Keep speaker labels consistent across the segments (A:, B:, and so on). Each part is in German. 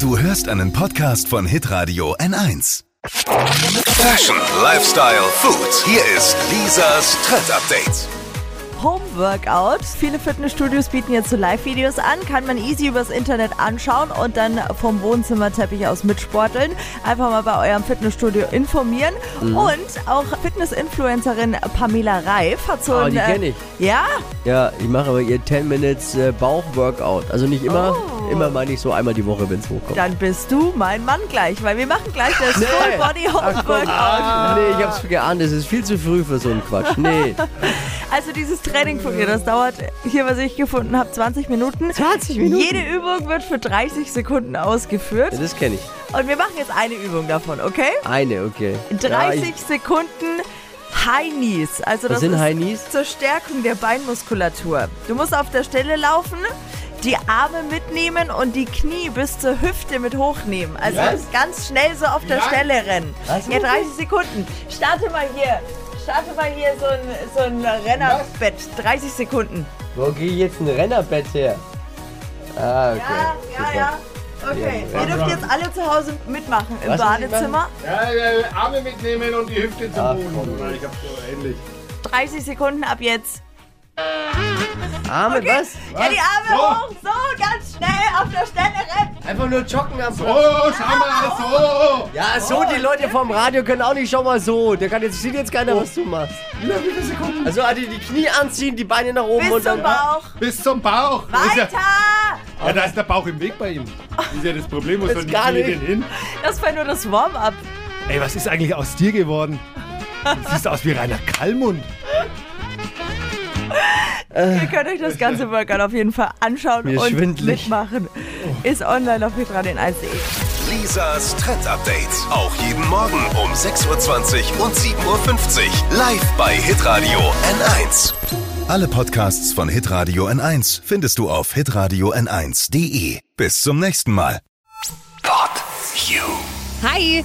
A: Du hörst einen Podcast von Hitradio N1. Fashion, Lifestyle, Food. Hier ist Lisas Trend Update.
B: Home-Workout. Viele Fitnessstudios bieten jetzt so Live-Videos an, kann man easy übers Internet anschauen und dann vom Wohnzimmerteppich aus mitsporteln. Einfach mal bei eurem Fitnessstudio informieren.
C: Mhm.
B: Und auch Fitness-Influencerin Pamela Reif hat so
C: Ah,
B: ein...
C: die
B: äh,
C: kenne ich.
B: Ja?
C: Ja, ich mache aber ihr 10 Minutes äh, Bauch-Workout. Also nicht immer,
B: Oh.
C: immer meine ich so einmal die Woche, wenn es hochkommt.
B: Dann bist du mein Mann gleich, weil wir machen gleich das Full-Body-Home-Workout.
C: Nee, ich hab's geahnt, es ist viel zu früh für so einen Quatsch. Nee.
B: Also dieses Training von ihr, das dauert hier, was ich gefunden habe, 20 Minuten. 20 Minuten? Jede Übung wird für 30 Sekunden ausgeführt.
C: Das kenne ich.
B: Und wir machen jetzt eine Übung davon, okay?
C: Eine, okay. Ja,
B: 30
C: ich,
B: Sekunden High Knees. Also das
C: sind
B: ist
C: High Knees?
B: zur Stärkung der Beinmuskulatur. Du musst auf der Stelle laufen, die Arme mitnehmen und die Knie bis zur Hüfte mit hochnehmen. Also ganz schnell so auf der Stelle rennen. Ja, 30 Sekunden. Starte mal hier. Starte mal hier so ein, so ein Rennerbett. 30 Sekunden.
C: wo gehe ich jetzt ein Rennerbett her? Ah, okay.
B: Ja, ja,
C: super.
B: ja. Okay,
C: Ja,
B: ihr dürft jetzt alle zu Hause mitmachen im
C: Was muss ich machen?
B: Badezimmer.
D: Ja, äh, Arme mitnehmen und die Hüfte zum
C: Ah, komm.
D: Boden. Oder ich hab's so ähnlich.
B: 30 Sekunden ab jetzt.
C: Arme,
B: Okay.
C: was?
B: Ja, die Arme
D: So.
B: hoch, so ganz schnell auf der Stelle rennen.
C: Einfach nur joggen am
D: Oh, schau mal, so.
C: Ja, so, die Leute vom Radio können auch nicht, schau mal so. Da kann jetzt, sieht jetzt keiner,
B: Oh.
C: was du machst.
D: Wie viele Sekunden?
C: Also, also die Knie anziehen, die Beine nach oben
B: Bis
C: und dann.
B: zum Bauch.
D: Bis zum Bauch. Ist ja,
B: Weiter!
D: ja, da ist der Bauch im Weg bei ihm. Das ist ja das Problem, wo
C: Ist
D: sollen die
C: gar
D: Knie
C: nicht.
D: denn hin?
B: Das war nur das Warm-up.
D: Ey, was ist eigentlich aus dir geworden? Du siehst aus wie Rainer Kallmund.
B: Ihr könnt euch das ganze Workout auf jeden Fall anschauen
C: Mir ist
B: und
C: schwindelig.
B: mitmachen. Ist online auf hitradio 1.de.
A: Lisas Trend Update. Auch jeden Morgen um 6.20 Uhr und 7.50 Uhr. Live bei Hitradio N1. Alle Podcasts von Hitradio N1 findest du auf hitradio n1.de. Bis zum nächsten Mal. Pod You.
E: Hi,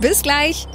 E: Bis gleich.